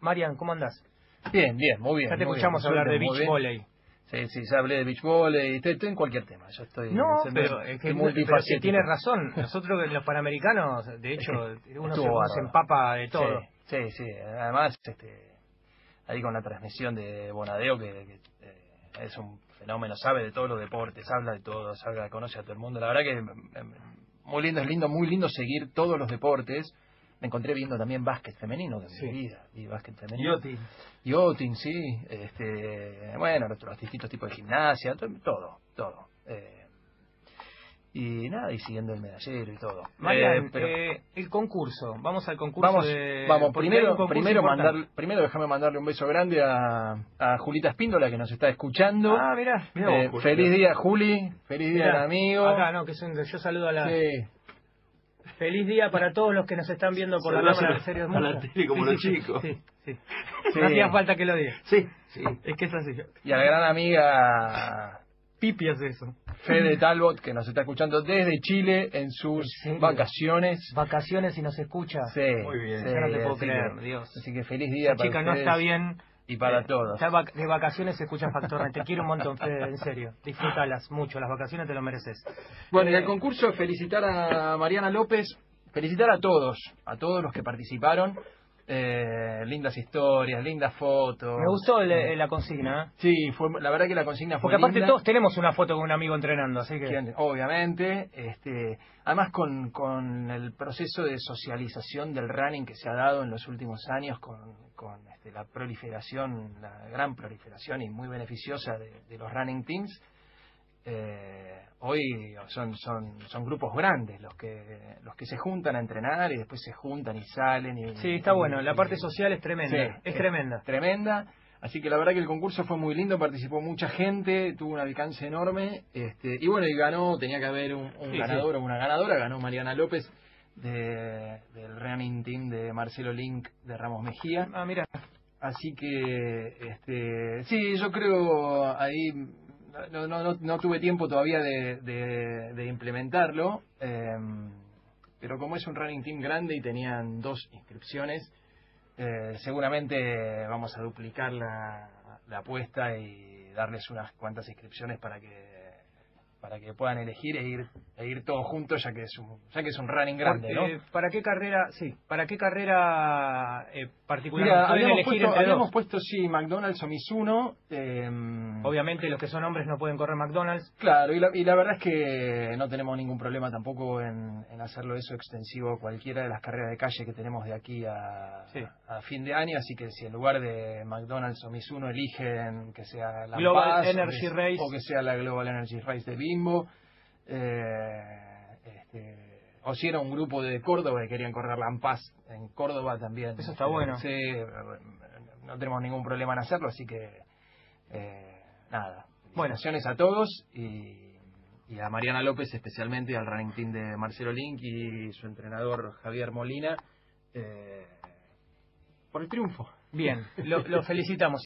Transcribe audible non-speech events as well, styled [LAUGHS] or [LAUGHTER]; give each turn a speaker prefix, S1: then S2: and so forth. S1: Marian, ¿cómo andás?
S2: Bien, bien, muy bien.
S1: ya te
S2: muy
S1: escuchamos
S2: bien,
S1: hablar de
S2: muy
S1: beach
S2: bien.
S1: volley.
S2: Sí, sí, ya hablé de beach volley, estoy, estoy en cualquier tema. Yo estoy,
S1: No,
S2: Eh, se me-
S1: pero es que
S2: estoy
S1: pero si
S2: multifacético.
S1: tienes razón. Nosotros, los panamericanos, de
S2: [LAUGHS]
S1: hecho, uno se,
S2: estuvo
S1: uno
S2: bárbaro.
S1: se empapa de todo.
S2: Sí, sí, sí. además, este, ahí con la transmisión de Bonadeo, que, que, eh, es un fenómeno, sabe de todos los deportes, habla de todo, sabe, conoce a todo el mundo. La verdad que mm, muy lindo, es lindo, muy lindo seguir todos los deportes. Me encontré viendo también básquet femenino, que es
S1: Sí.
S2: mi vida, y básquet femenino.
S1: Yoti.
S2: Yotin, sí. Este, bueno, los, los distintos tipos de gimnasia, to- todo, todo. Eh, y nada, y siguiendo el medallero y todo.
S1: Marian,
S2: Eh, pero-
S1: eh, el concurso. Vamos al concurso
S2: Vamos,
S1: de...
S2: vamos
S1: porque hay un
S2: primero,
S1: concurso
S2: primero,
S1: importante.
S2: mandar, primero déjame mandarle un beso grande a, a Julita Espíndola que nos está escuchando.
S1: Ah, mirá. mirá
S2: Eh,
S1: vos, Julio.
S2: feliz día, Juli. Feliz día,
S1: Mirá,
S2: al amigo.
S1: Acá, no, que es un- yo saludo a la...
S2: Sí.
S1: Feliz día para todos los que nos están viendo por la
S3: Saludás
S1: cámara
S3: a
S1: de
S3: la-
S1: Serios
S3: a la
S1: Mucho.
S3: tele como los
S1: sí,
S3: chicos.
S1: Sí, sí.
S2: Sí.
S1: No hacía falta que lo diga.
S3: Sí, sí.
S1: Es que es así.
S2: Y a la gran amiga
S1: Pipi hace eso. [LAUGHS]
S2: Fede Talbot que nos está escuchando desde Chile en sus
S1: ¿En serio?
S2: vacaciones.
S1: Vacaciones y nos escucha.
S2: Sí,
S3: Muy bien.
S2: sí,
S1: Yo no te puedo
S2: así
S1: creer,
S2: que-
S1: Dios.
S2: Así que feliz día
S1: Esa
S2: para
S1: chica no
S2: ustedes
S1: está bien.
S2: y para
S1: Eh,
S2: todos.
S1: está vac- de vacaciones se escucha Factor. Te quiero un montón, Fede, en serio. Disfrútalas mucho. Las vacaciones te lo mereces.
S2: Bueno, y
S1: Eh,
S2: el concurso, felicitar a Mariana López, felicitar a todos, a todos los que participaron. Eh, lindas historias, lindas fotos.
S1: Me gustó el- eh, la consigna. ¿eh?
S2: Sí, fue, la verdad que la consigna fue
S1: Porque aparte
S2: linda.
S1: todos tenemos una foto con un amigo entrenando, así que...
S2: Bien, Obviamente, este, además con, con el proceso de socialización del running que se ha dado en los últimos años, con, con, este, la proliferación, la gran proliferación y muy beneficiosa de, de los running teams, eh, hoy son, son, son grupos grandes los que, los que se juntan a entrenar y después se juntan y salen. Y,
S1: Sí, está bueno. La parte social es tremenda.
S2: Sí,
S1: es tremenda.
S2: Tremenda. Así que la verdad que el concurso fue muy lindo, participó mucha gente, tuvo un alcance enorme. Este, y bueno, y ganó, tenía que haber un, un
S1: Sí,
S2: ganador o una ganadora, ganó Mariana López de- del running team de Marcelo Link de Ramos Mejía.
S1: Ah, mira.
S2: Así que, este, sí, yo creo ahí no, no, no, no tuve tiempo todavía de, de- de implementarlo, em, pero como es un running team grande y tenían dos inscripciones, eh, seguramente vamos a duplicar la, la apuesta y darles unas cuantas inscripciones para que para que puedan elegir e ir e ir todos juntos ya que es un ya que es un running grande, ¿no?
S1: Porque, ¿Para qué carrera, sí, para qué carrera eh, particular
S2: Mira,
S1: pueden
S2: habíamos,
S1: elegir
S2: puesto,
S1: entre
S2: habíamos
S1: dos?
S2: puesto, sí, McDonald's o Mizuno. eh,
S1: Obviamente los que son hombres no pueden correr McDonald's.
S2: Claro, y la, y la verdad es que no tenemos ningún problema tampoco en, en hacerlo eso extensivo a cualquiera de las carreras de calle que tenemos de aquí a,
S1: Sí.
S2: a fin de año. Así que si en lugar de McDonald's o Mizuno eligen que sea la
S1: Global
S2: Paz,
S1: Energy
S2: o que,
S1: Race.
S2: o que sea la Global Energy Race de Bimbo, eh, este, o si era un grupo de Córdoba que querían correr la Paz en Córdoba también.
S1: Eso está bueno.
S2: Sí, no tenemos ningún problema en hacerlo, así que eh, nada.
S1: Bueno.
S2: Felicitaciones a todos y, y a Mariana López especialmente, al running team de Marcelo Link y su entrenador Javier Molina eh, por el triunfo.
S1: [LAUGHS] Bien, lo, lo felicitamos.